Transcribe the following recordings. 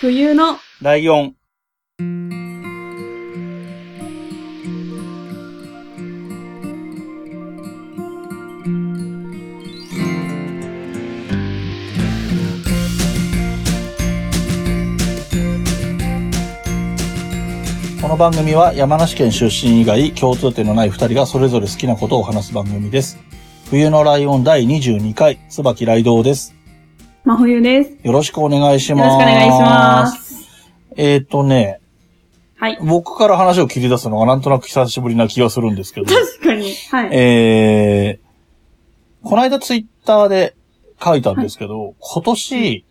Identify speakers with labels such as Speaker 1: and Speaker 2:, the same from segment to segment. Speaker 1: 冬の
Speaker 2: ライオン。この番組は山梨県出身以外共通点のない二人がそれぞれ好きなことを話す番組です。冬のライオン第22回、椿雷道です。
Speaker 1: 真冬です。よ
Speaker 2: よろしくお願いし
Speaker 1: ろ
Speaker 2: ま
Speaker 1: しく
Speaker 2: す。
Speaker 1: お願いします。
Speaker 2: えっ、とね、
Speaker 1: はい。
Speaker 2: 僕から話を切り出すのがなんとなく久しぶりな気がするんですけど。
Speaker 1: 確かに。はい。
Speaker 2: えー、この間ツイッターで書いたんですけど、今年、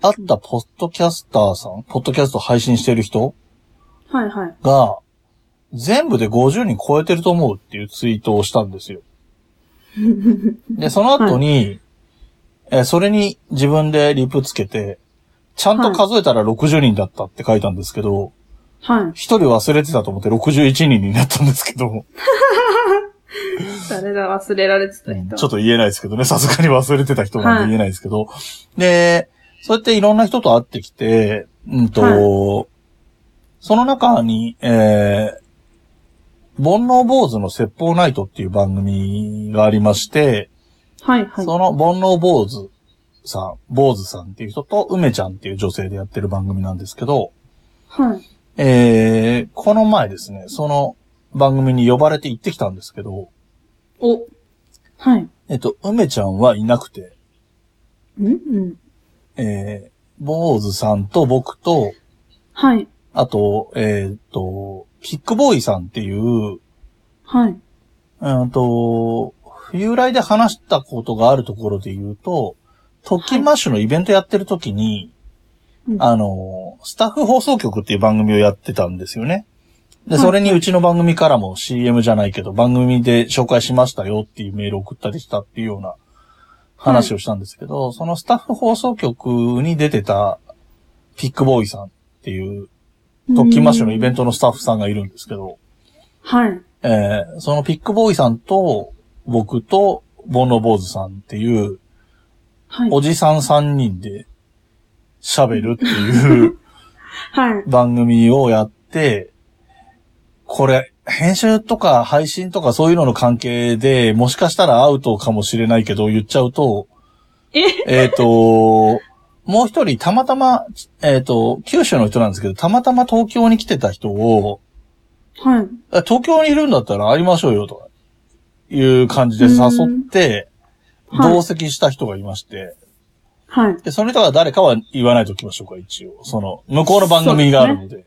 Speaker 2: あったポッドキャスターさん、ポッドキャスト配信してる人
Speaker 1: はいはい。
Speaker 2: が、全部で50人超えてると思うっていうツイートをしたん ですよ。で、その後に、えーそれに自分でリプつけて、ちゃんと数えたら60人だったって書いたんですけど、
Speaker 1: は
Speaker 2: 一人忘れてたと思って61人になったんですけど、
Speaker 1: い。誰だ忘れられてた人。
Speaker 2: ちょっと言えないですけどね、さすがに忘れてた人なんで言えないですけど、で、そうやっていろんな人と会ってきて、うんと、
Speaker 1: はい
Speaker 2: その中に、えー、煩悩坊主の説法ナイトっていう番組がありまして、
Speaker 1: はいはい。
Speaker 2: その煩悩坊主さん、坊主さんっていう人と梅ちゃんっていう女性でやってる番組なんですけど、
Speaker 1: はい。
Speaker 2: えー、この前ですね、その番組に呼ばれて行ってきたんですけど、
Speaker 1: お。はい。
Speaker 2: えっと、梅ちゃんはいなくて、
Speaker 1: うんうん。
Speaker 2: えー、坊主さんと僕と、
Speaker 1: はい。
Speaker 2: あと、えーっと、キックボーイさんっていう、
Speaker 1: はい。
Speaker 2: うんと、冬来で話したことがあるところで言うと、トッキンマッシュのイベントやってる時に、
Speaker 1: うん
Speaker 2: あの、スタッフ放送局っていう番組をやってたんですよね。で、
Speaker 1: はい
Speaker 2: それにうちの番組からも CM じゃないけど、番組で紹介しましたよっていうメールを送ったりしたっていうような話をしたんですけど、そのスタッフ放送局に出てたピックボーイさんっていう、トッキンマッシュのイベン
Speaker 1: ト。
Speaker 2: トのスタッフさんがいるんですけど、
Speaker 1: はい。
Speaker 2: えーそのピックボーイさんと、僕と、ボノボーズさんっていう、
Speaker 1: はい。
Speaker 2: おじさん3人で喋るっていう
Speaker 1: はい。
Speaker 2: 番組をやって、これ、編集とか配信とかそういうのの関係で、もしかしたらアウトかもしれないけど、言っちゃうと、
Speaker 1: え
Speaker 2: えっ、と、もう一人、たまたま、えっ、と、九州の人なんですけど、たまたま東京に来てた人を、
Speaker 1: はい。
Speaker 2: あ東京にいるんだったら会いましょうよ、とか、いう感じで誘っ
Speaker 1: うんは
Speaker 2: て、
Speaker 1: い
Speaker 2: 同席した人がいまして、
Speaker 1: はい。
Speaker 2: で、その人が誰かは言わないときましょうか、一応。その、向こうの番組があるので。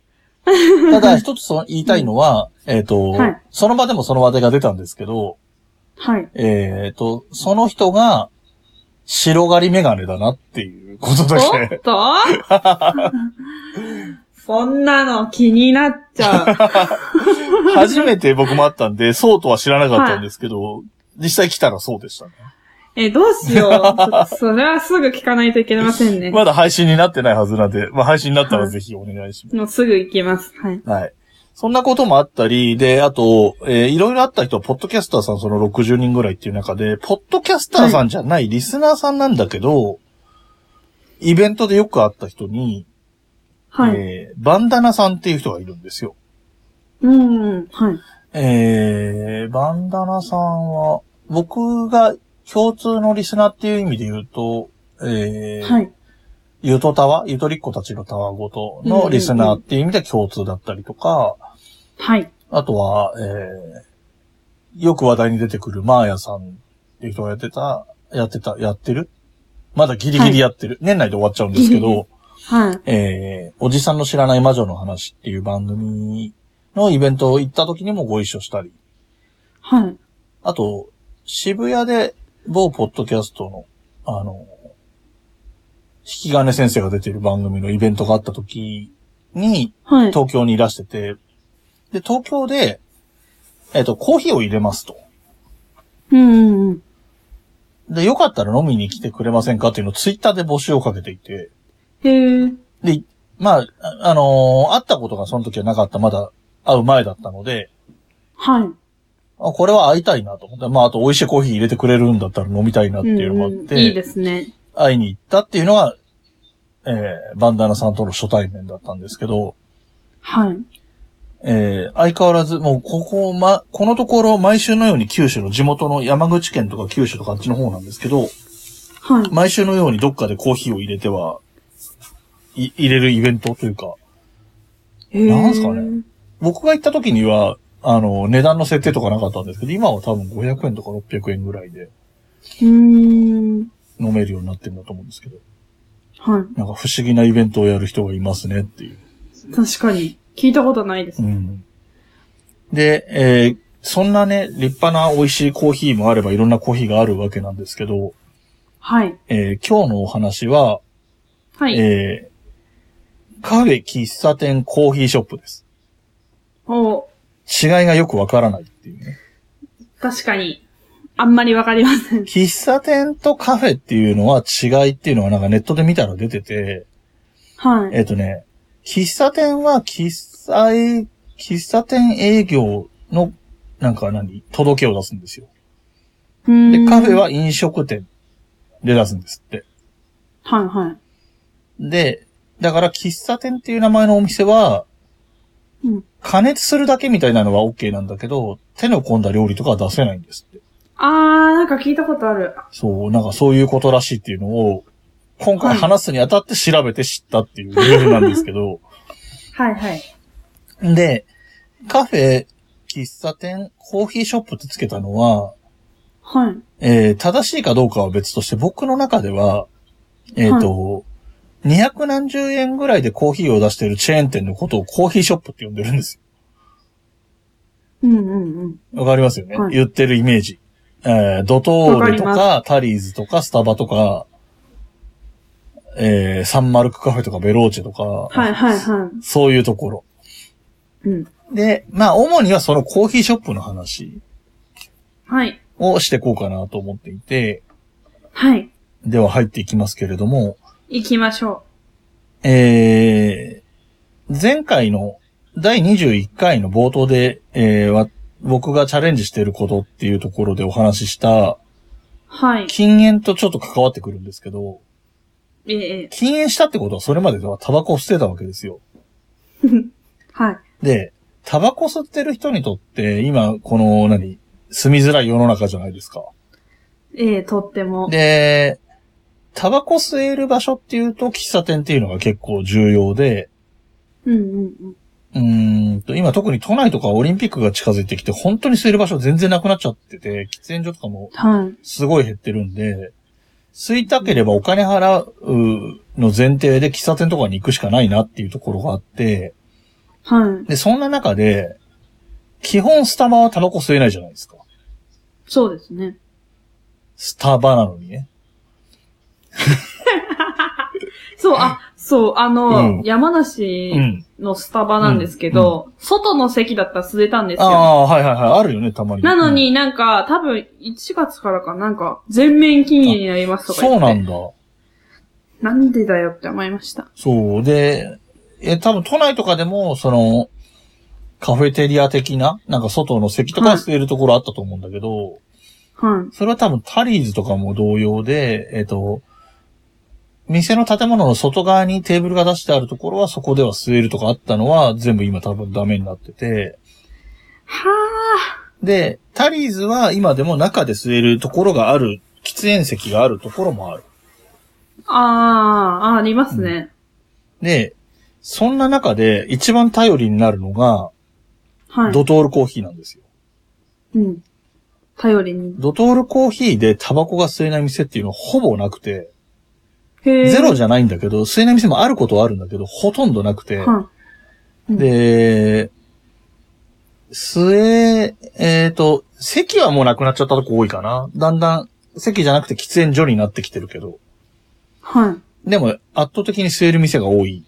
Speaker 2: ただ、一つその言いたいのは、えっ、と、
Speaker 1: はい
Speaker 2: その場でもその話題が出たんですけど、
Speaker 1: はい。
Speaker 2: えっ、と、その人が、白刈りメガネだなっていうことだ
Speaker 1: お
Speaker 2: け。
Speaker 1: っと そんなの気になっち ゃう。
Speaker 2: 初めて僕もあったんで、そうとは知らなかったんですけど、実際来たらそうでしたね。
Speaker 1: え、どうしよう。ちょっとそれはすぐ聞かないといけませんね。
Speaker 2: まだ配信になってないはずな んで、まあ配信になったらぜひお願いしま
Speaker 1: もうすぐ行きます。はい。
Speaker 2: す。はい。そんなこともあったり、で、あと、えーいろいろあった人は、ポッドキャスターさん、その60人ぐらいっていう中で、ポッドキャスターさんじゃないリスナーさんなんだけど、イベントでよく会った人に、
Speaker 1: はい。
Speaker 2: えーバンダナさんっていう人がいるんですよ。
Speaker 1: うん、はい。
Speaker 2: えー、バンダナさんは、僕が共通のリスナーっていう意味で言うと、えー、
Speaker 1: はい。
Speaker 2: ゆとたわ、ゆとりっ子たちのたわごとのリスナーっていう意味では共通だったりとか、
Speaker 1: はい。
Speaker 2: あとは、えー、よく話題に出てくるマーヤさんっていう人がやってた、やってた、やってるまだギリギリやってる。年内で終わっちゃうんですけ ど、
Speaker 1: はい。
Speaker 2: えー、おじさんの知らない魔女の話っていう番組のイベントを行った時にもご一緒したり、
Speaker 1: はい。
Speaker 2: あと、渋谷で某ポッドキャストの、あの、引き金先生が出てる番組のイベントがあった時に、
Speaker 1: はい。
Speaker 2: 東京にいらしてて、で、東京で、えっ、と、コーヒーを入れますと。
Speaker 1: うんうんうん。
Speaker 2: で、よかったら飲みに来てくれませんかっていうのをツイッターで募集をかけていて、
Speaker 1: へえ。
Speaker 2: で、まあ、ああのー会ったことがその時はなかった、まだ会う前だったので、
Speaker 1: はい。
Speaker 2: あこれは会いたいなと思って、まあ、あと美味しいコーヒー入れてくれるんだったら飲みたいなっていうのもあって、
Speaker 1: うんうんいいですね。
Speaker 2: 会いに行ったっていうのが、えーバンダナさんとの初対面だったんですけど、
Speaker 1: はい。
Speaker 2: えー相変わらず、もうここ、ま、このところ毎週のように九州の地元の山口県とか九州とかあっちの方なんですけど、
Speaker 1: はい。
Speaker 2: 毎週のようにどっかでコーヒーを入れては、い入れるイベントというか、
Speaker 1: えー
Speaker 2: なんすかね。僕が行った時には、あの、値段の設定とかなかったんですけど、今は多分500円とか600円ぐらいで
Speaker 1: うーん。
Speaker 2: 飲めるようになってるんだと思うんですけど、
Speaker 1: は
Speaker 2: なんか不思議なイベントをやる人がいますねっていう。
Speaker 1: い。確かに。聞いたことないです。
Speaker 2: うん。で、えーそんなね、立派な美味しいコーヒーもあればいろんなコーヒーがあるわけなんですけど、
Speaker 1: はい。
Speaker 2: えー今日のお話は、
Speaker 1: はい。
Speaker 2: えーカフェ喫茶店コーヒーショップです。
Speaker 1: お
Speaker 2: 違いがよくわからないっていうね。
Speaker 1: 確かに。あんまりわかりません。
Speaker 2: 喫茶店とカフェっていうのは違いっていうのはなんかネットで見たら出てて、
Speaker 1: はい。
Speaker 2: えっ、とね、喫茶店は喫茶営、喫茶店営業のなんか何届けを出すんですよ。
Speaker 1: うーん
Speaker 2: で、カフェは飲食店で出すんですって。
Speaker 1: はいは
Speaker 2: で、だから喫茶店っていう名前のお店は、
Speaker 1: い。うん。
Speaker 2: 加熱するだけみたいなのは OK なんだけど、手の込んだ料理とかは出せないんですって。
Speaker 1: あー、なんか聞いたことある。
Speaker 2: そう、なんかそういうことらしいっていうのを、今回話すにあたって調べて知ったっていうレベルなんです けど、
Speaker 1: はいはい。
Speaker 2: で、カフェ、喫茶店、コーヒーショップってつけたのは、
Speaker 1: はい。
Speaker 2: えー正しいかどうかは別として、僕の中では、えっ、と、二百何十円ぐらいでコーヒーを出しているチェーン店のことをコーヒーショップって呼んでるんです
Speaker 1: うんうんうん。
Speaker 2: よ。わかりますよね、
Speaker 1: はい
Speaker 2: 言ってるイメージ。えードトールと
Speaker 1: わかり
Speaker 2: か、タリーズとか、スタバとか、えーサンマルクカフェとか、ベローチェとか、
Speaker 1: はいはいは
Speaker 2: そういうところ。
Speaker 1: い。うん。
Speaker 2: で、まあ、主にはそのコーヒーショップの話
Speaker 1: はい。
Speaker 2: をしていこうかなと思っていて、
Speaker 1: はい。
Speaker 2: では入っていきますけれども、
Speaker 1: 行きましょ
Speaker 2: えー、前回の第21回の冒頭で、えーわ僕がチャレンジしていることっていうところでお話しした、
Speaker 1: う。はい。
Speaker 2: 禁煙とちょっと関わってくるんですけど、
Speaker 1: ええ。
Speaker 2: 禁煙したってことはそれまでではタバコを捨てたわけですよ。
Speaker 1: はい。
Speaker 2: で、タバコ吸ってる人にとって、今、この、何、住みづらい世の中じゃないですか。
Speaker 1: ええ、とっても。
Speaker 2: で、タバコ吸える場所っていうと、喫茶店っていうのが結構重要で、
Speaker 1: うんうん
Speaker 2: うーんと、今特に都内とかオリンピックが近づいてきて、本当に吸える場所全然なくなっちゃってて、喫煙所とかも
Speaker 1: うん。はい。
Speaker 2: すごい減ってるんで、吸いたければお金払うの前提で喫茶店とかに行くしかないなっていうところがあって、
Speaker 1: はい。
Speaker 2: で、そんな中で、基本スタバはタバコ吸えないじゃないですか。
Speaker 1: そうですね。
Speaker 2: スタバなのにね。
Speaker 1: そう、あ、そう、あ
Speaker 2: うん
Speaker 1: の、山
Speaker 2: う
Speaker 1: 梨
Speaker 2: ん。
Speaker 1: のスタバなんですけど、外の席だったら吸えたんです
Speaker 2: あ
Speaker 1: よ。
Speaker 2: あ、はいはいはい。あるよね、たまに。
Speaker 1: なのになんか、多分1月からかなんか、全面禁煙になります
Speaker 2: うん、
Speaker 1: とか言って。
Speaker 2: そうなんだ。
Speaker 1: なんでだよって思いました。
Speaker 2: そう。で、え、多分都内とかでも、その、カフェテリア的な、なんか外の席とか吸えるところあったと思うんだけど、
Speaker 1: はい。
Speaker 2: それは多分タリーズとかも同様で、えっ、と、店の建物の外側にテーブルが出してあるところはそこでは吸えるとかあったのは全部今多分ダメになってて、
Speaker 1: は
Speaker 2: で、タリーズは今でも中で吸えるところがある、喫煙席があるところもある。
Speaker 1: あ。ああ、ありますね。
Speaker 2: で、そんな中で一番頼りになるのが、
Speaker 1: はい。
Speaker 2: ドトールコーヒーなんですよ。
Speaker 1: うん。頼りに。
Speaker 2: ドトールコーヒーでタバコが吸えない店っていうのはほぼなくて、
Speaker 1: へえ。
Speaker 2: ゼロじゃないんだけど、吸えない店もあることはあるんだけど、ほとんどなくて、
Speaker 1: はい。い
Speaker 2: で、吸え、えっ、と、席はもうなくなっちゃったとこ多いかな。だんだん、席じゃなくて喫煙所になってきてるけど、
Speaker 1: は
Speaker 2: でも圧倒的に吸える店が多い。
Speaker 1: い。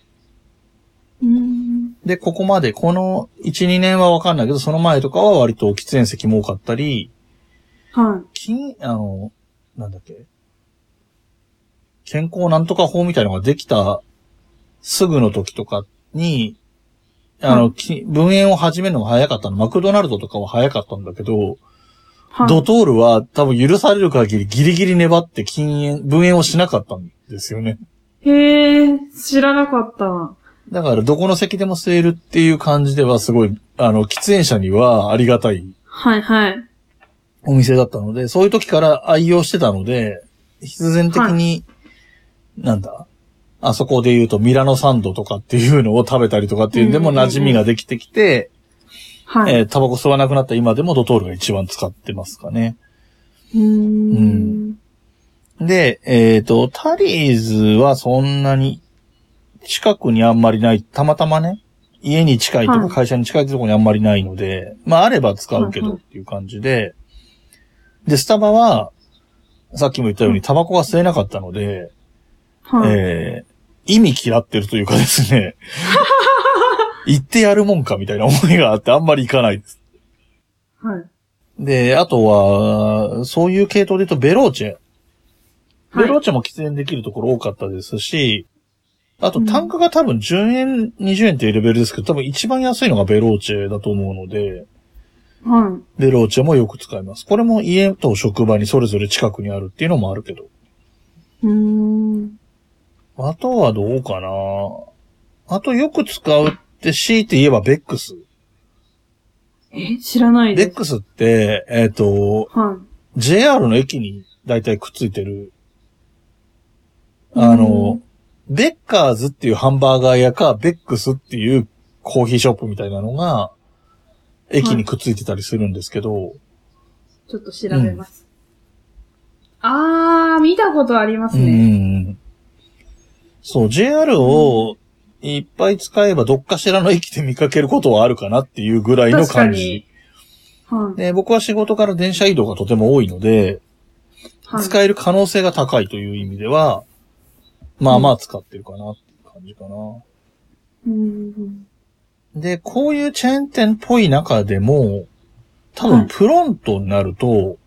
Speaker 1: うーん。
Speaker 2: で、ここまで、この1、2年はわかんないけど、その前とかは割と喫煙席も多かったり、
Speaker 1: は
Speaker 2: 金、あの、なんだっけ健康なんとか法みたいなのができたすぐの時とかに、あの、き分煙を始めるのが早かったの。マクドナルドとかは早かったんだけど、
Speaker 1: い。はい。
Speaker 2: ドトールは多分許される限りギリギリ粘って禁煙、分煙をしなかったんですよね。
Speaker 1: へえ、知らなかった。
Speaker 2: だから、どこの席でも吸えるっていう感じでは、すごい、あの、喫煙者にはありがたい
Speaker 1: はいはい。
Speaker 2: お店だったので、そういう時から愛用してたので、必然的に、なんだ、あそこで言うとミラノサンドとかっていうのを食べたりとかっていうのでも
Speaker 1: うんうんうん
Speaker 2: 馴染みができてきて、
Speaker 1: はい。
Speaker 2: えータバコ吸わなくなった今でもドトールが一番使ってますかね。
Speaker 1: うーん。
Speaker 2: で、えっ、と、タリーズはそんなに近くにあんまりない、たまたまね、家に近いと
Speaker 1: は
Speaker 2: か
Speaker 1: い
Speaker 2: 会社に近いところにあんまりないので、まああれば使うけ
Speaker 1: はい
Speaker 2: ど
Speaker 1: は
Speaker 2: っ
Speaker 1: い
Speaker 2: ていう感じで、で、スタバは、さっきも言ったようにタバコが吸えなかったので、
Speaker 1: はい。
Speaker 2: えー意味嫌ってるというかです ね、行ってやるもんかみたいな思いがあってあんまり行かないです。
Speaker 1: はい。
Speaker 2: で、あとは、そういう系統で言うとベローチェ。
Speaker 1: は
Speaker 2: ベロー
Speaker 1: い。
Speaker 2: チェも喫煙できるところ多かったですし、あと単価が多分10円、20円っていうレベルですけど、多分一番安いのがベローチェだと思うので、
Speaker 1: は
Speaker 2: ベローチェもよく使います。これも家と職場にそれぞれ近くにあるっていうのもあるけど。
Speaker 1: い。うーん。
Speaker 2: あとはどうかなあとよく使うって強いて言えばベックス。
Speaker 1: え、知らないで
Speaker 2: ベッ
Speaker 1: す。
Speaker 2: クスって、えっ、と、
Speaker 1: は
Speaker 2: JR の駅に大体くっついてる、あの、ベッカーズっていうハンバーガー屋か、ベックスっていうコーヒーショップみたいなのが、駅にくっついてたりするんですけど、
Speaker 1: い。ちょっと調べます。あー、見たことあります
Speaker 2: うんう
Speaker 1: ね。
Speaker 2: ん。そう、JR をいっぱい使えばどっかしらの駅で見かけることはあるかなっていうぐらいの
Speaker 1: 確か
Speaker 2: 感じ
Speaker 1: に。。はい。
Speaker 2: で、僕は仕事から電車移動がとても多いので、
Speaker 1: はい。
Speaker 2: 使える可能性が高いという意味では、まあまあ使ってるかなっていう感じかな。
Speaker 1: うーん。
Speaker 2: で、こういうチェーン店っぽい中でも、多
Speaker 1: は
Speaker 2: 分
Speaker 1: い
Speaker 2: プロントになると、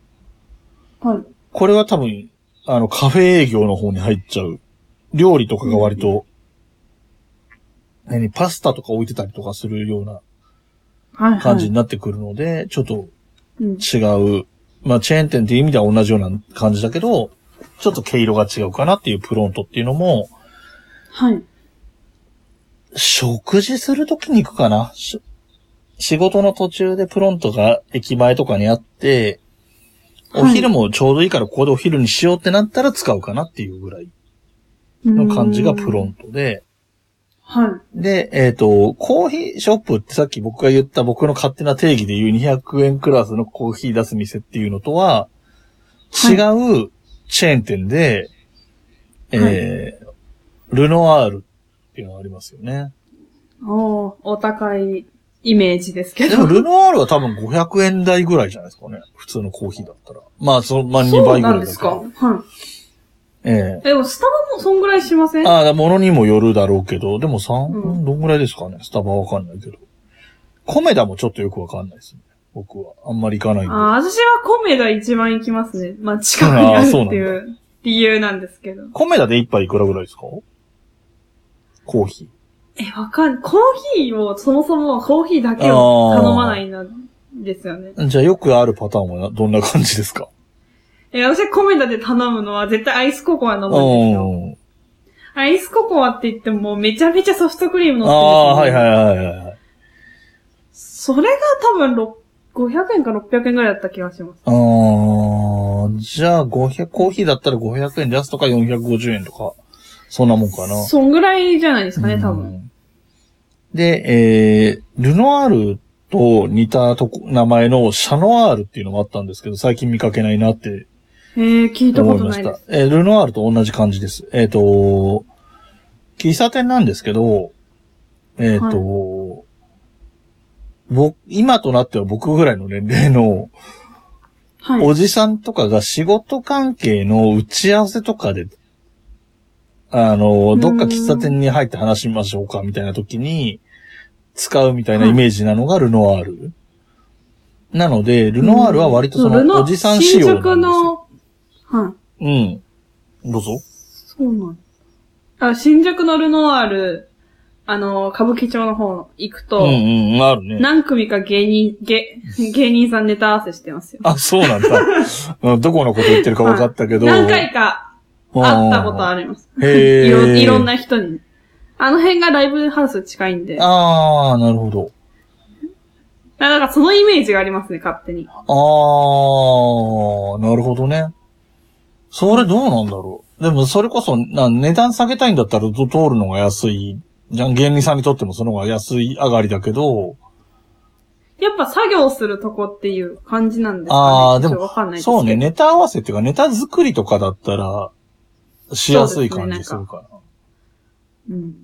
Speaker 1: はい。
Speaker 2: これは多分、あの、カフェ営業の方に入っちゃう。料理とかが割と、何、パスタとか置いてたりとかするような
Speaker 1: はい。はい
Speaker 2: 感じになってくるので、ちょっと
Speaker 1: うん。
Speaker 2: 違う。まあ、チェーン店っていう意味では同じような感じだけど、ちょっと毛色が違うかなっていうプロントっていうのも、
Speaker 1: はい。
Speaker 2: 食事するときに行くかな。し仕事の途中でプロントが駅前とかにあって、お昼もちょうどいいからここでお昼にしようってなったら使うかなっていうぐらいの感じがプロ
Speaker 1: ン。
Speaker 2: ントで、
Speaker 1: はい。
Speaker 2: で、えっ、と、コーヒーショップってさっき僕が言った僕の勝手な定義で言う200円クラスのコーヒー出す店っていうのとは、
Speaker 1: はい
Speaker 2: 違うチェーン店で、えールノアールっていうのがありますよね。
Speaker 1: おー、お高いイメージですけ
Speaker 2: で
Speaker 1: ど。
Speaker 2: も、ルノアールは多分500円台ぐらいじゃないですかね。普通のコーヒーだったら。まあ、その、まあ、2
Speaker 1: そう
Speaker 2: 倍ぐ
Speaker 1: なん
Speaker 2: らい
Speaker 1: で
Speaker 2: だ
Speaker 1: す
Speaker 2: から
Speaker 1: か。は
Speaker 2: え
Speaker 1: い。え、でもスタバもそんぐらいしませ
Speaker 2: え
Speaker 1: ん
Speaker 2: ああ、ものにもよるだろうけど、でも3、
Speaker 1: う
Speaker 2: どんぐらいですかね。スタバわかんないけど。コメダもちょっとよくわかんないですね。僕は。あんまり行かないんで。
Speaker 1: あー私はコメダ一番行きますね。まあ、近くにあるっていう理由なんですけど。
Speaker 2: コメダで1杯いくらぐらいですかコーヒ
Speaker 1: え、わかん、コーヒーを、そもそもコーヒーだけを頼まないんですよね。
Speaker 2: ー。じゃあよくあるパターンはなどんな感じですか
Speaker 1: え、私はコメダで頼むのは絶対アイスココア飲むん
Speaker 2: う
Speaker 1: ですよ。
Speaker 2: ん。
Speaker 1: アイスココアって言ってもめちゃめちゃソフトクリーム
Speaker 2: あ
Speaker 1: 乗ってるんですよ
Speaker 2: あー、はいはいはいはい。
Speaker 1: それが多分ろ500円か600円ぐらいだった気がします。
Speaker 2: あー、じゃあ、500、コーヒーだったら500円で安とか450円とか、そんなもんかな。
Speaker 1: そんぐらいじゃないですかね、多
Speaker 2: う
Speaker 1: 分。
Speaker 2: んで、えー、ルノアールと似たとこ、名前のシャノアールっていうのがあったんですけど、最近見かけないなって
Speaker 1: えー、聞いたこ
Speaker 2: 思い
Speaker 1: と
Speaker 2: ま
Speaker 1: な
Speaker 2: し
Speaker 1: い
Speaker 2: た。
Speaker 1: です。
Speaker 2: えールノアールと同じ感じです。えっ、と、喫茶店なんですけど、えっ、と、僕、今となっては僕ぐらいの年齢の、
Speaker 1: はい。
Speaker 2: おじさんとかが仕事関係の打ち合わせとかで、あの、どっか喫茶店に入って話しましょうかみたいな時に使うみたいなイメージなのがルノアール。なので、ルノアールは割とそ
Speaker 1: ル
Speaker 2: の
Speaker 1: ノ
Speaker 2: おじさん仕様
Speaker 1: 新宿
Speaker 2: なん
Speaker 1: の、はい。
Speaker 2: ですよ。うん。どうぞ。
Speaker 1: そうなんあ、新宿のルノアール、あの、歌舞伎町の方行く
Speaker 2: う
Speaker 1: と、
Speaker 2: んうん、あるね。
Speaker 1: 何組か芸人、芸、芸人さんネタ合わせしてますよ。
Speaker 2: あ、そうなんだ。うんどこのこと言ってるか分かったけど。
Speaker 1: 何回か、会ったことあります。
Speaker 2: へえ。
Speaker 1: いろいろん。な人に。あの辺がライブハウス近いんで。
Speaker 2: ああ、なるほど。
Speaker 1: なんかそのイメージがありますね、勝手に。
Speaker 2: ああ、なるほどね。それどうなんだろう。でもそれこそ、な値段下げたいんだったらど通るのが安い。じゃん、芸人さんにとってもその方が安い上がりだけど、
Speaker 1: やっぱ作業するとこっていう感じなんですかね。
Speaker 2: あーでも
Speaker 1: ちょっとわかんないですけど。
Speaker 2: そうね、ネタ合わせっていうか、ネタ作りとかだったら、しやすい感じするかな。
Speaker 1: うん。
Speaker 2: うん。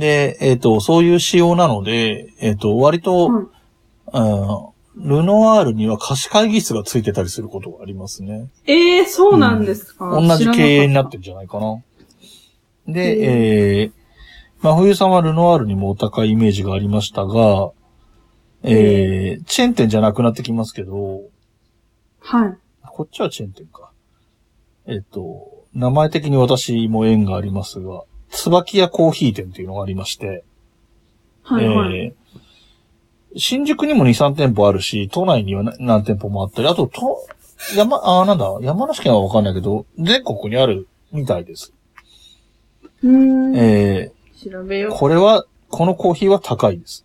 Speaker 2: で、えっ、と、そういう仕様なので、えっ、と、割と、
Speaker 1: はい
Speaker 2: うん、ルノワールには貸し会議室がついてたりすることがありますね。
Speaker 1: ええー、そうなんですか。
Speaker 2: 同じ経営になっ
Speaker 1: る。
Speaker 2: てるんじゃないかな。で、えー、まあ、冬さんはルノワールにもお高いイメージがありましたが、えー、チェーン店じゃなくなってきますけど、
Speaker 1: はい。
Speaker 2: こっちはチェーン店か。えっと、名前的に私も縁がありますが、椿屋コーヒー店っていうのがありまして、
Speaker 1: はい、はい。
Speaker 2: えー新宿にも2、3店舗あるし、都内にはな何店舗もあったり、あと、と、山、あーなんだ、山梨県はわかんないけど、全国にあるみたいです。
Speaker 1: うーん。
Speaker 2: え
Speaker 1: 調べ
Speaker 2: ー
Speaker 1: よ
Speaker 2: これは、このコーヒーは高いです。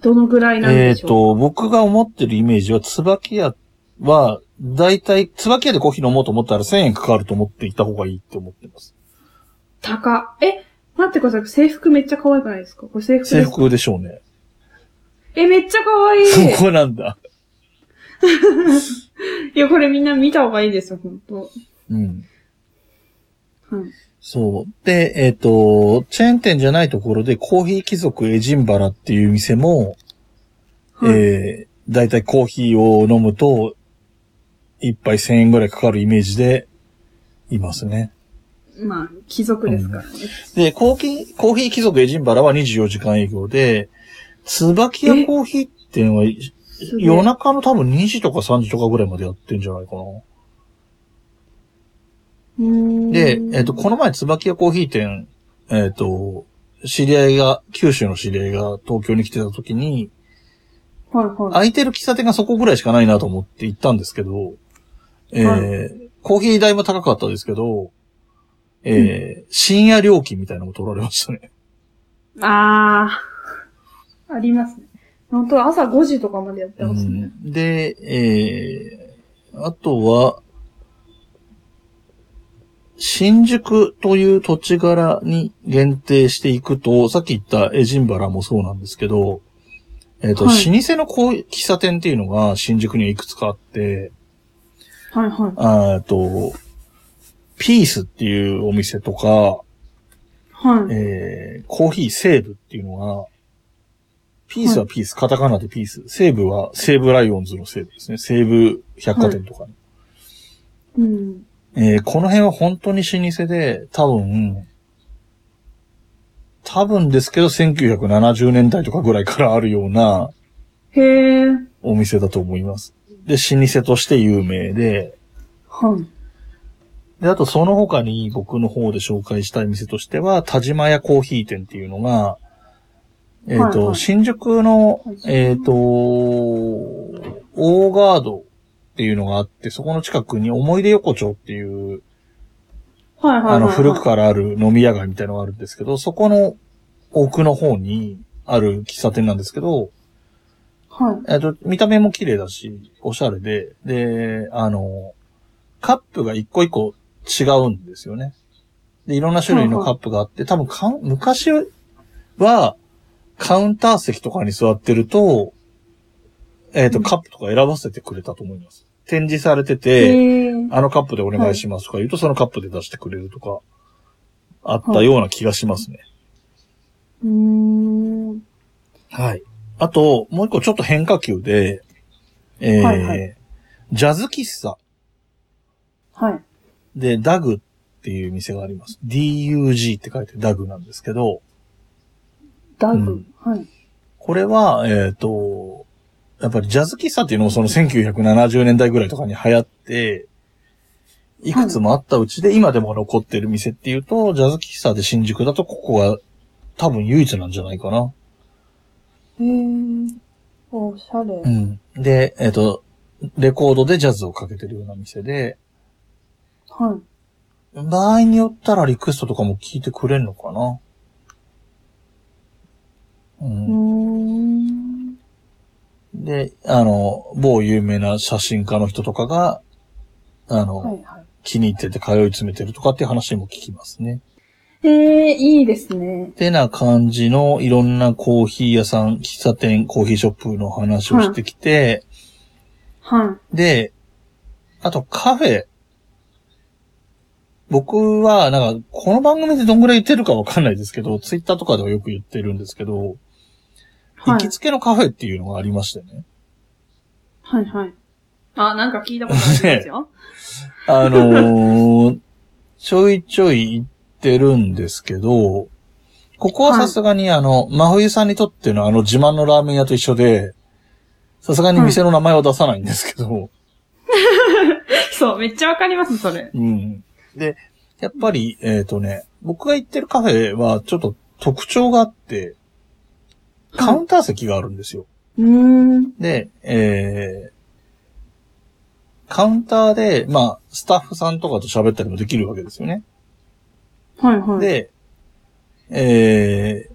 Speaker 1: う。どのぐらいなん
Speaker 2: え
Speaker 1: で
Speaker 2: っ
Speaker 1: しょう。
Speaker 2: と、僕が思ってるイメージは、椿屋は、だいたい、椿屋でコーヒー飲もうと思ったら1000円かかると思っていた方がいいって思ってます。
Speaker 1: 高。え、待ってください。制服めっちゃ可愛くないですかこれ制服
Speaker 2: 制
Speaker 1: ですか
Speaker 2: 服でしょうね。
Speaker 1: え、めっちゃ可愛い。
Speaker 2: そこなんだ。
Speaker 1: いや、これみんな見た方がいいですよ、ほんと。
Speaker 2: うん。
Speaker 1: はい。
Speaker 2: そう。で、えっ、と、チェーン店じゃないところで、コーヒー貴族エジンバラっていう店も、
Speaker 1: はい。
Speaker 2: えー、だいたいコーヒーを飲むと、一杯1000円ぐらいかかるイメージで、いますね。
Speaker 1: まあ、貴族ですからね。
Speaker 2: で、コーヒー、コーヒー貴族エジンバラは24時間営業で、椿屋コーヒー店は
Speaker 1: すげえ
Speaker 2: 夜中の多分2時とか3時とかぐらいまでやってんじゃないかな。
Speaker 1: うーん
Speaker 2: で、えっ、と、この前、椿屋コーヒー店、えっ、と、知り合いが、九州の知り合いが東京に来てた時に、
Speaker 1: はいはい。
Speaker 2: 空いてる喫茶店がそこぐらいしかないなと思って行ったんですけど、えー
Speaker 1: は
Speaker 2: コーヒー代も高かったですけど、えー深夜料金みたいなのも取られましたね。
Speaker 1: あー。ありますね。本当は朝5時とかまでやってますね。
Speaker 2: うんで、えーあとは、新宿という土地柄に限定していくと、さっき言ったエジンバラもそうなんですけど、えっ、と、
Speaker 1: はい
Speaker 2: 老舗のこう喫茶店っていうのが新宿にはいくつかあって、
Speaker 1: はいはい。
Speaker 2: あーえっと、ピースっていうお店とか、
Speaker 1: はい。
Speaker 2: えーコーヒーセーブっていうのが、ピースはピース、カタカナでピース。セーブはセーブライオンズのセーブですね。西武百貨店とか
Speaker 1: う
Speaker 2: に、
Speaker 1: ん。
Speaker 2: えーこの辺は本当に老舗で、多分、多分ですけど、1970年代とかぐらいからあるような
Speaker 1: へー。
Speaker 2: お店だと思います。で、老舗として有名で、
Speaker 1: はい。
Speaker 2: で、あとその他に僕の方で紹介したい店としては、田島屋コーヒー店っていうのが、えっ、と、
Speaker 1: はいはい
Speaker 2: 新宿の
Speaker 1: 田、島屋
Speaker 2: えっ、と、オーガードっていうのがあって、そこの近くに思い出横丁っていう、
Speaker 1: はいはいはいはい。
Speaker 2: あの、古くからある飲み屋街みたいのがあるんですけど、そこの奥の方にある喫茶店なんですけど、
Speaker 1: はい。
Speaker 2: えっ、と、見た目も綺麗だし、おしゃれで、で、あの、カップが一個一個違うんですよね。で、いろんな種類のカップがあって、多分かん、昔は、カウンター席とかに座ってると、えっ、と、
Speaker 1: うん
Speaker 2: カップとか選ばせてくれたと思います。展示されてて、
Speaker 1: へー。
Speaker 2: あのカップでお願いしますとか言うと、そのカップで出してくれるとか、あったような気がしますね。
Speaker 1: うーん。
Speaker 2: はい。あと、もう一個ちょっと変化球で、えー
Speaker 1: はいは
Speaker 2: ジャズ喫茶
Speaker 1: はい。
Speaker 2: で、ダグっていう店があります。DUG って書いてダグなんですけど、
Speaker 1: ダ
Speaker 2: う
Speaker 1: グ
Speaker 2: ん。
Speaker 1: はい。
Speaker 2: これは、えっ、と、やっぱりジャズ喫茶っていうのもその1970年代ぐらいとかに流行って、いくつもあったうちで、今でも残ってる店っていうと、ジャズ喫茶で新宿だとここが多分唯一なんじゃないかな。
Speaker 1: へー。おしゃれ。
Speaker 2: うん。で、えっ、と、レコードでジャズをかけてるような店で、
Speaker 1: はい。
Speaker 2: 場合によったらリクエストとかも聞いてくれんのかな。うん
Speaker 1: うーん。
Speaker 2: で、あの、某有名な写真家の人とかが、あの、
Speaker 1: はいは
Speaker 2: 気に入ってて通い詰めてるとかっていう話も聞きますね。
Speaker 1: い。ええいいですね。
Speaker 2: てな感じのいろんなコーヒー屋さん、喫茶店、コーヒーショップの話をしてきて、
Speaker 1: は
Speaker 2: で、あとカフェ。僕は、なんか、この番組でどんぐらい言ってるかわかんないですけど、ツイッターとかではよく言ってるんですけど、
Speaker 1: い。は
Speaker 2: 行
Speaker 1: い
Speaker 2: き。つけのカフェっていうのがありましてね。
Speaker 1: はいはい。あ、なんか聞いたことありますよ。
Speaker 2: あのーちょいちょい行ってるんですけど、ここはさすがにあの、真冬さんにとってのあの自慢のラーメン屋と一緒で、さすがに店の名前は出さないんですけど、
Speaker 1: そう、めっちゃわかります、それ。
Speaker 2: うん。で、やっぱり、えっ、とね、僕が行ってるカフェはちょっと特徴があって、カウンター席があるんですよ。
Speaker 1: うーん。
Speaker 2: で、えー、カウンターで、まあ、スタッフさんとかと喋ったりもできるわけですよね。
Speaker 1: はいはい。
Speaker 2: で、え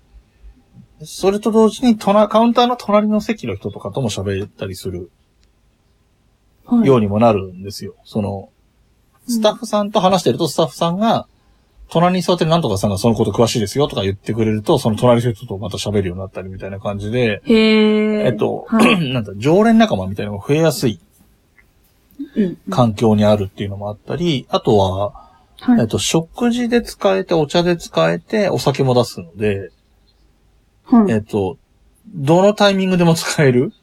Speaker 2: ー、それと同時に隣、カウンターの隣の席の人とかとも喋ったりする
Speaker 1: はい、
Speaker 2: ようにもなるんですよ。その、スタッフさんと話してると、スタッフさんが、隣に座ってるなんとかさんがそのこと詳しいですよとか言ってくれると、その隣の人とまた喋るようになったりみたいな感じで、
Speaker 1: へえ。
Speaker 2: えっと、
Speaker 1: はい。
Speaker 2: なんだ、常連仲間みたいなのが増えやすい
Speaker 1: うん。
Speaker 2: 環境にあるっていうのもあったり、あとは、
Speaker 1: は
Speaker 2: えっ
Speaker 1: い。
Speaker 2: と、食事で使えて、お茶で使えて、お酒も出すので、
Speaker 1: は
Speaker 2: えっ
Speaker 1: い。
Speaker 2: と、どのタイミングでも使える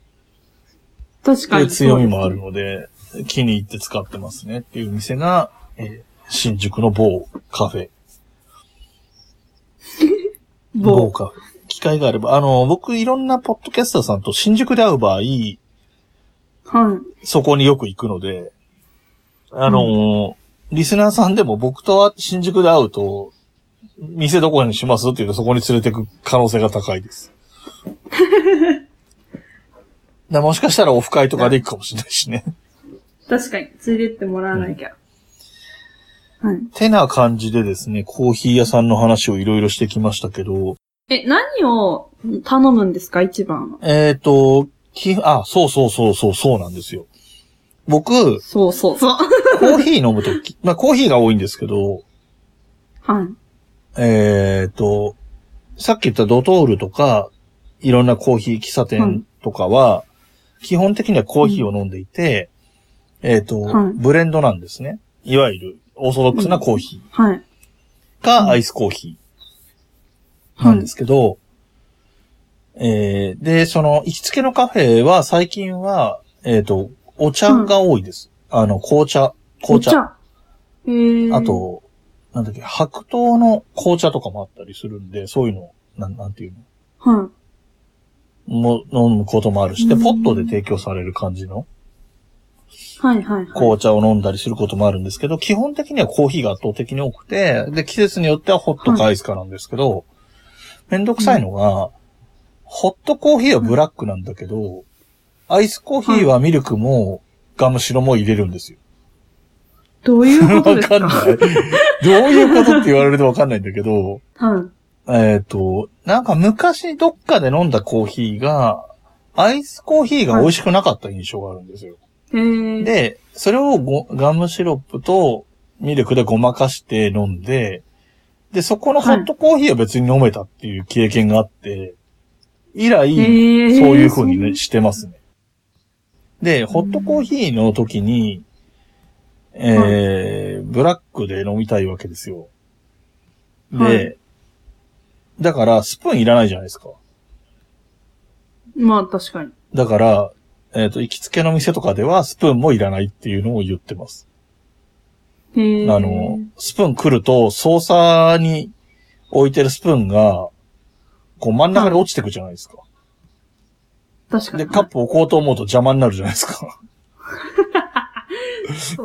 Speaker 1: 確
Speaker 2: と
Speaker 1: か
Speaker 2: い
Speaker 1: に。
Speaker 2: う強みもある。ので、気に入って使ってますねっていう店が、えー新宿の某カフェ。
Speaker 1: 某。
Speaker 2: カフェ。機会があれば、あの、僕いろんなポッドキャスターさんと新宿で会う場合、
Speaker 1: は
Speaker 2: そこによく行くので、あの、リスナーさんでも僕とは新宿で会うと、店どこにしますって言うとそこに連れてく可能性が高いです。だからもしかしたらオフ会とかで行くかもしれないしね。
Speaker 1: い。確かに。ついでってもらわなきゃ。はい。
Speaker 2: てな感じでですね、コーヒー屋さんの話をいろいろしてきましたけど、
Speaker 1: え、何を頼むんですか、一番は。
Speaker 2: えっ、と、き、あ、そうそうそうそう、そうなんですよ。僕、コ
Speaker 1: そうそうそう。
Speaker 2: ーヒー飲むとき、 まあコーヒーが多いんですけど、
Speaker 1: はい。
Speaker 2: えっ、と、さっき言ったドトールとか、いろんなコーヒー喫茶
Speaker 1: はい
Speaker 2: 店とかは、基本的にはコーヒーを飲んでいて、えっ、と、
Speaker 1: はい
Speaker 2: ブレンドなんですね。いわゆる、オーソドックスなコーヒ
Speaker 1: はい。
Speaker 2: ーか、アイスコーヒー。なんですけど、えー、で、その、行きつけのカフェは最近は、えっ、と、お茶が多いです。あの、紅茶、紅茶。。
Speaker 1: えー、
Speaker 2: あ、と、なんだっけ、白桃の紅茶とかもあったりするんで、そういうの、なん、なんていう
Speaker 1: は
Speaker 2: のも、飲むこともあるし、で、
Speaker 1: うん
Speaker 2: ポットで提供される感じの
Speaker 1: い。はいはいはい。
Speaker 2: 紅茶を飲んだりすることもあるんですけど、基本的にはコーヒーが圧倒的に多くて、で、季節によってはホットかアイスかなんですけど、めんどくさいのが、ホットコーヒーはブラックなんだけど、アイスコーヒーはミルクもガムシロも入れるんですよ。
Speaker 1: どういうこと
Speaker 2: わ
Speaker 1: です
Speaker 2: か
Speaker 1: か
Speaker 2: んない。どういうことって言われるとわかんないんだけど、
Speaker 1: はい。
Speaker 2: えっ、と、なんか昔どっかで飲んだコーヒーが、アイスコーヒーが美味しくなかった印象があるんですよ。
Speaker 1: えー、
Speaker 2: で、それをごガムシロップとミルクでごまかして飲んで、で、そこのホットコーヒーは別に飲めたっていう経験があって、以来、
Speaker 1: えー
Speaker 2: そういう風にね、
Speaker 1: そん
Speaker 2: してますね。で、ホットコーヒーの時に、えー、ブラックで飲みたいわけですよ。で、
Speaker 1: はい
Speaker 2: だから、スプーンいらないじゃないですか。
Speaker 1: まあ確かに。
Speaker 2: だから、えっ、と、行きつけの店とかでは、スプーンもいらないっていうのを言ってます。
Speaker 1: えー、
Speaker 2: あの、スプーン来ると、操作に置いてるスプーンが、こう真ん中に落ちてくじゃないですか。
Speaker 1: 確かに。
Speaker 2: で、カップ置こうと思うと邪魔になるじゃない ですか。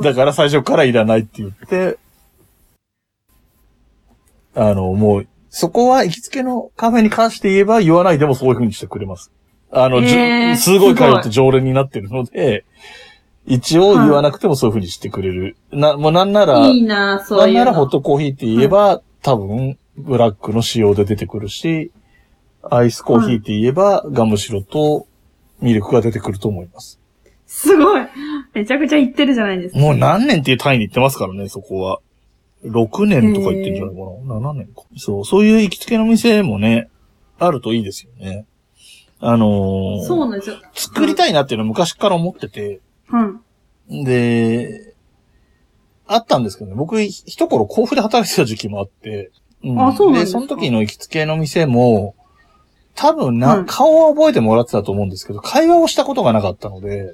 Speaker 2: だから最初からいらないって言って、あの、もう、そこは行きつけのカフェに関して言えば言わないでもそういう風にしてくれます。あの、じゅ
Speaker 1: えー
Speaker 2: すごい通
Speaker 1: すご
Speaker 2: っ
Speaker 1: い
Speaker 2: て常連になってるので、一応言わなくてもそういう風にしてくれる。な、もうなんなら、
Speaker 1: いいなぁ、そ
Speaker 2: な
Speaker 1: うんいう
Speaker 2: ならホ
Speaker 1: の。
Speaker 2: ットコーヒーって言えば、多分、ブラックの仕様で出てくるし、アイスコーヒーって言えば、ガムシロとミルクが出てくると思います。
Speaker 1: すごいめちゃくちゃ言ってるじゃないですか。
Speaker 2: もう何年っていう単位に行ってますからね、そこは。6年とか言ってんじゃないかな。7年か。そう、そういう行きつけの店もね、あるといいですよね。あのー
Speaker 1: そうなんですよ。
Speaker 2: 作りたいなっていうのは昔から思ってて、
Speaker 1: うん。
Speaker 2: で、あったんですけどね、僕、ひ一頃甲府で働いてた時期もあって、うん
Speaker 1: あそうなんですか
Speaker 2: その時の行きつけの店も、多分な、
Speaker 1: うん
Speaker 2: 顔は覚えてもらってたと思うんですけど、会話をしたことがなかったので、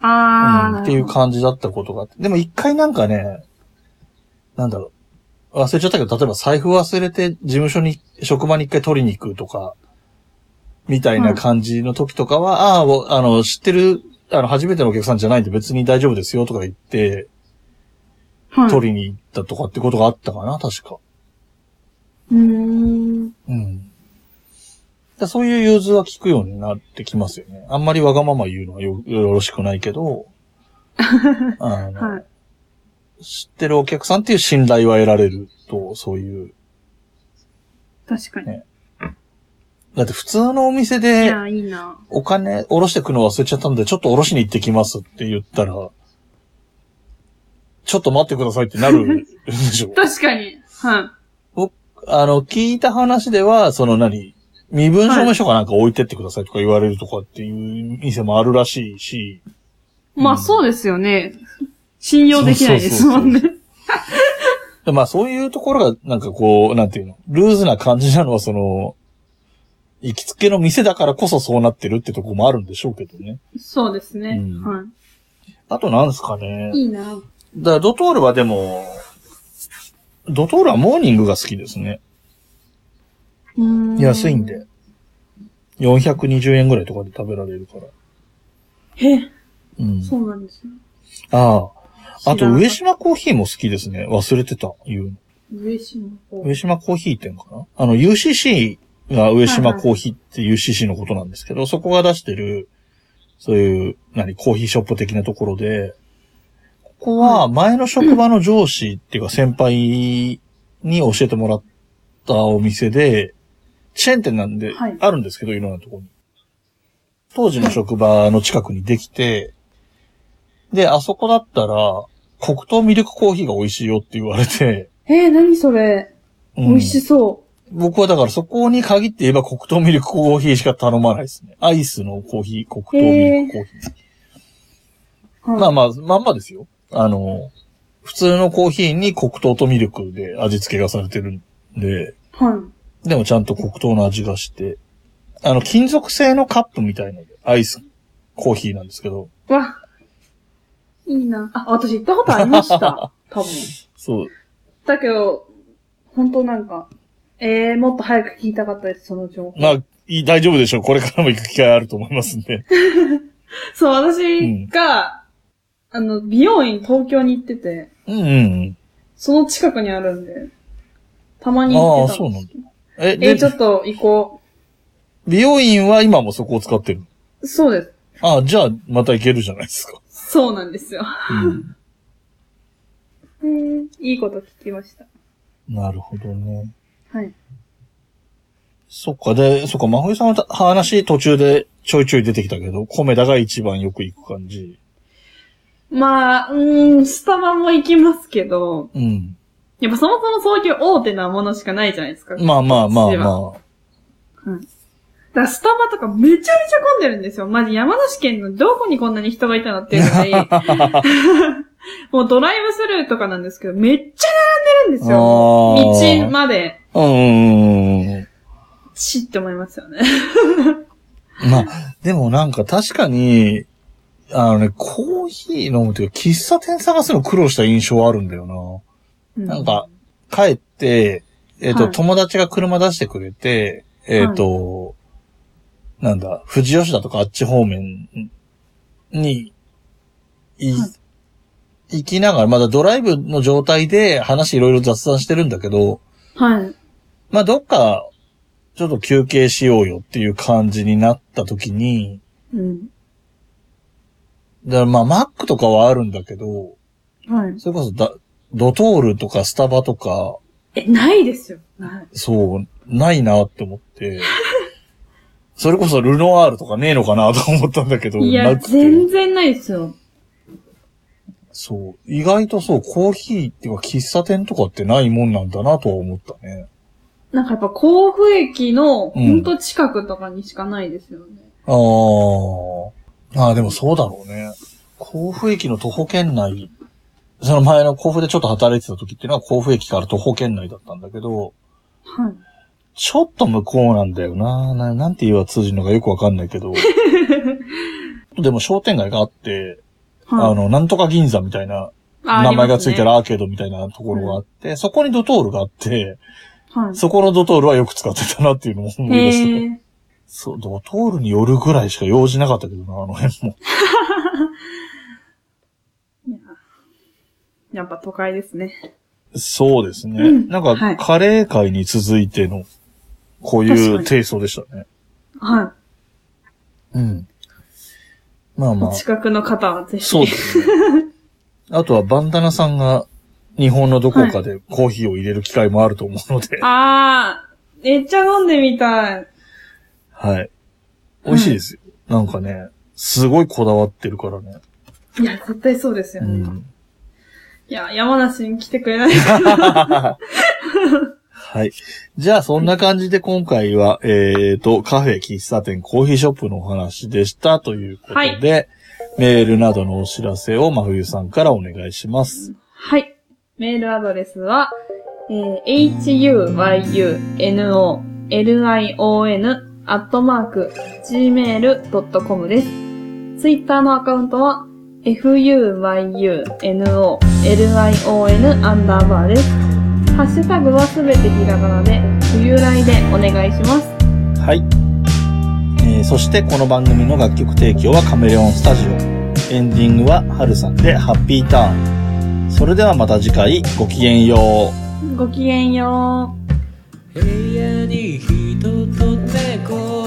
Speaker 1: あ
Speaker 2: う
Speaker 1: ー。
Speaker 2: んっていう
Speaker 1: なるほど
Speaker 2: 感じだったことがあって。でも一回なんかね、なんだろう、忘れちゃったけど、例えば財布忘れて事務所に、職場に一回取りに行くとか、みたいな感じの時とかは、ああ、あの、知ってる、あの、初めてのお客さんじゃないんで別に大丈夫ですよとか言って、
Speaker 1: はい、
Speaker 2: 取りに行ったとかってことがあったかな、確か。
Speaker 1: うーん。
Speaker 2: うん。だそういう融通は聞くようになってきますよね。あんまりわがまま言うのはよよろしくない けど、あの
Speaker 1: はい。
Speaker 2: 知ってるお客さんっていう信頼は得られると、そういう。
Speaker 1: 確かに。
Speaker 2: だって普通のお店
Speaker 1: い
Speaker 2: で
Speaker 1: や、いいな
Speaker 2: お金おろしてくの忘れちゃったので、ちょっとおろしに行ってきますって言ったら、ちょっと待ってくださいってなるでし ょ。
Speaker 1: 確かに。は
Speaker 2: あの、聞いた話では、その何、身分証明書かなんか置いてってくださいとか言われるとかっていう店もあるらしいし、
Speaker 1: い。ま
Speaker 2: う
Speaker 1: あ、
Speaker 2: ん
Speaker 1: そうですよね。信用できないですもんね。
Speaker 2: でまあそういうところが、なんかこう、なんていうの、ルーズな感じなのは、その、行きつけの店だからこそそうなってるってとこもあるんでしょうけどね。
Speaker 1: そうですね。
Speaker 2: うん
Speaker 1: は
Speaker 2: あとなんですかね
Speaker 1: い。。いいな
Speaker 2: だからドトールはでも、ドトールはモーニングが好きですね。
Speaker 1: うーん
Speaker 2: 安いんで。。420円ぐらいとかで食べられるから。
Speaker 1: え、
Speaker 2: うん。
Speaker 1: そうなんですね。
Speaker 2: ああ。あ
Speaker 1: 知らなかっ
Speaker 2: と、
Speaker 1: た
Speaker 2: 上島コーヒーも好きですね。忘れてた、言う
Speaker 1: 上島
Speaker 2: の。
Speaker 1: 方。
Speaker 2: 上島コーヒー店かなあの、UCC が上島コーヒーって UCC のことなんですけど、そこが出してる、そういう、何、コーヒーショップ的なところで、ここは前の職場の上司っていうか先輩に教えてもらったお店で、チェーン店なんで
Speaker 1: はい、
Speaker 2: あるんですけど、いろんなところに。当時の職場の近くにできて、で、あそこだったら、黒糖ミルクコーヒーが美味しいよって言われて、
Speaker 1: えー、何それ。
Speaker 2: うん
Speaker 1: 美味しそ
Speaker 2: 僕はだからそこに限って言えば黒糖ミルクコーヒーしか頼まないですね。アイスのコーヒー、黒糖ミルクコーヒ
Speaker 1: う。
Speaker 2: ー。
Speaker 1: はい
Speaker 2: まあまあ、まんまですよ。あの、普通のコーヒーに黒糖とミルクで味付けがされてるんで、
Speaker 1: はい。
Speaker 2: でもちゃんと黒糖の味がして、あの、金属製のカップみたいので、アイス、コーヒーなんですけど、
Speaker 1: わ、いいな。あ、私行ったことありま した。多分。
Speaker 2: そう、
Speaker 1: だけど、本当なんか、えー、もっと早く聞いたかったです、その情報。
Speaker 2: まあ、いい大丈夫でしょう。これからも行く機会あると思いますんで。
Speaker 1: そう、私が、あの、美容院東京に行ってて、
Speaker 2: うんうん。
Speaker 1: その近くにあるんで、たまに
Speaker 2: あ
Speaker 1: 行
Speaker 2: あ、
Speaker 1: ってた
Speaker 2: そうんな
Speaker 1: で
Speaker 2: ん
Speaker 1: す
Speaker 2: だ。。え、
Speaker 1: え
Speaker 2: で
Speaker 1: ー、ちょっと行こ
Speaker 2: 美容院は今もそこを使ってる。
Speaker 1: う。そうです。
Speaker 2: ああ、じゃあ、また行けるじゃないですか。
Speaker 1: そうなんですよ。
Speaker 2: うん。
Speaker 1: えー、いいこと聞きました。
Speaker 2: なるほどね。
Speaker 1: はい。
Speaker 2: そっか、で、そっか、まほいさんはた話途中でちょいちょい出てきたけど、コメダが一番よく行く感じ。
Speaker 1: まあ、うーん、スタバも行きますけど、
Speaker 2: うん。
Speaker 1: やっぱそもそもそういう大手なものしかないじゃないですか。
Speaker 2: まあまあまあ
Speaker 1: 一
Speaker 2: ま
Speaker 1: だからスタバとかめちゃめちゃ混んでるんですよ。マジ山梨県のどこにこんなに人がいたのっていうぐらい。 もうドライブスルーとかなんですけど、めっちゃ並んでるんですよ。
Speaker 2: あー
Speaker 1: 道まで、
Speaker 2: あ。うんうんうんうん。
Speaker 1: ちって思いますよね。
Speaker 2: まあ、でもなんか確かに、あのね、コーヒー飲むというか、喫茶店探すの苦労した印象はあるんだよ
Speaker 1: う
Speaker 2: な。なんか、、帰って、えっ、と、
Speaker 1: はい
Speaker 2: 友達が車出してくれて、えっ、と、なんだ、富士吉田とかあっち方面に、い、
Speaker 1: はい
Speaker 2: 行きながら、まだドライブの状態で話いろいろ雑談してるんだけど、
Speaker 1: はい。
Speaker 2: まあ、どっか、ちょっと休憩しようよっていう感じになった時に、
Speaker 1: うん。
Speaker 2: だからまあ、Mac とかはあるんだけど、
Speaker 1: はい。
Speaker 2: それこそだ、ドトールとかスタバとか、
Speaker 1: え、ないですよ。ない。
Speaker 2: そう、ないなって思って、それこそルノアールとかねえのかなと思ったんだけど、
Speaker 1: い
Speaker 2: な
Speaker 1: や、
Speaker 2: くて
Speaker 1: 全然ないですよ。
Speaker 2: そう。意外とそう、コーヒーっていうか喫茶店とかってないもんなんだなとは思ったね。
Speaker 1: なんかやっぱ甲府駅の
Speaker 2: うん
Speaker 1: ほんと近くとかにしかないですよね。
Speaker 2: あー。あーでもそうだろうね。甲府駅の徒歩圏内、その前の甲府でちょっと働いてた時っていうのは甲府駅から徒歩圏内だったんだけど、
Speaker 1: はい。
Speaker 2: ちょっと向こうなんだよな。ななんて言えば通じるのかよくわかんない けど。でも商店街があって、
Speaker 1: は
Speaker 2: あの、なんとか銀座みたいな、
Speaker 1: い。
Speaker 2: 名前がついてる
Speaker 1: ら。
Speaker 2: アーケードみたいなところがあって、そこにドトールがあって、
Speaker 1: はい。
Speaker 2: そこのドトールはよく使ってたなっていうのも思い出した。
Speaker 1: へえ。
Speaker 2: そう、ドトールによるぐらいしか用事なかったけどな、あの辺も。
Speaker 1: いややっぱ都会ですね。
Speaker 2: そうですね。
Speaker 1: うん
Speaker 2: なんか、
Speaker 1: はい
Speaker 2: カレー会に続いての、こう
Speaker 1: 確
Speaker 2: い
Speaker 1: か
Speaker 2: う
Speaker 1: に
Speaker 2: 提訴でしたね。
Speaker 1: は
Speaker 2: うん。まあ
Speaker 1: い。
Speaker 2: ま
Speaker 1: お
Speaker 2: あ、
Speaker 1: 近くの方はぜひ。
Speaker 2: そうですね。あとはバンダナさんが日本のどこかでコーヒーを入れる機会もあると思うので、
Speaker 1: あー、めっちゃ飲んでみたい。
Speaker 2: はい。美味しいですよ。なんかね、すごいこだわってるからね。
Speaker 1: いや、絶対そうですよ
Speaker 2: う
Speaker 1: ね。
Speaker 2: ん。
Speaker 1: いや、山梨に来てくれない。
Speaker 2: はい。じゃあ、そんな感じで今回は、えっ、と、カフェ、喫茶店、コーヒーショップのお話でしたということで、
Speaker 1: はい
Speaker 2: メールなどのお知らせを真冬さんからお願いします。
Speaker 1: はい。メールアドレスは、えー huyunolion アットマーク gmail.com です。ツイッターのアカウントは、fuyunolion アンダーバーです。ハッシュタグはすべてひらがなで、冬来でお願いします。
Speaker 2: はい。えーそして、この番組の楽曲提供はカメレオンスタジオ。エンディングはハルさんでハッピーターン。それではまた次回、ごきげんよう。
Speaker 1: ごきげんよう。
Speaker 3: 部屋に人と猫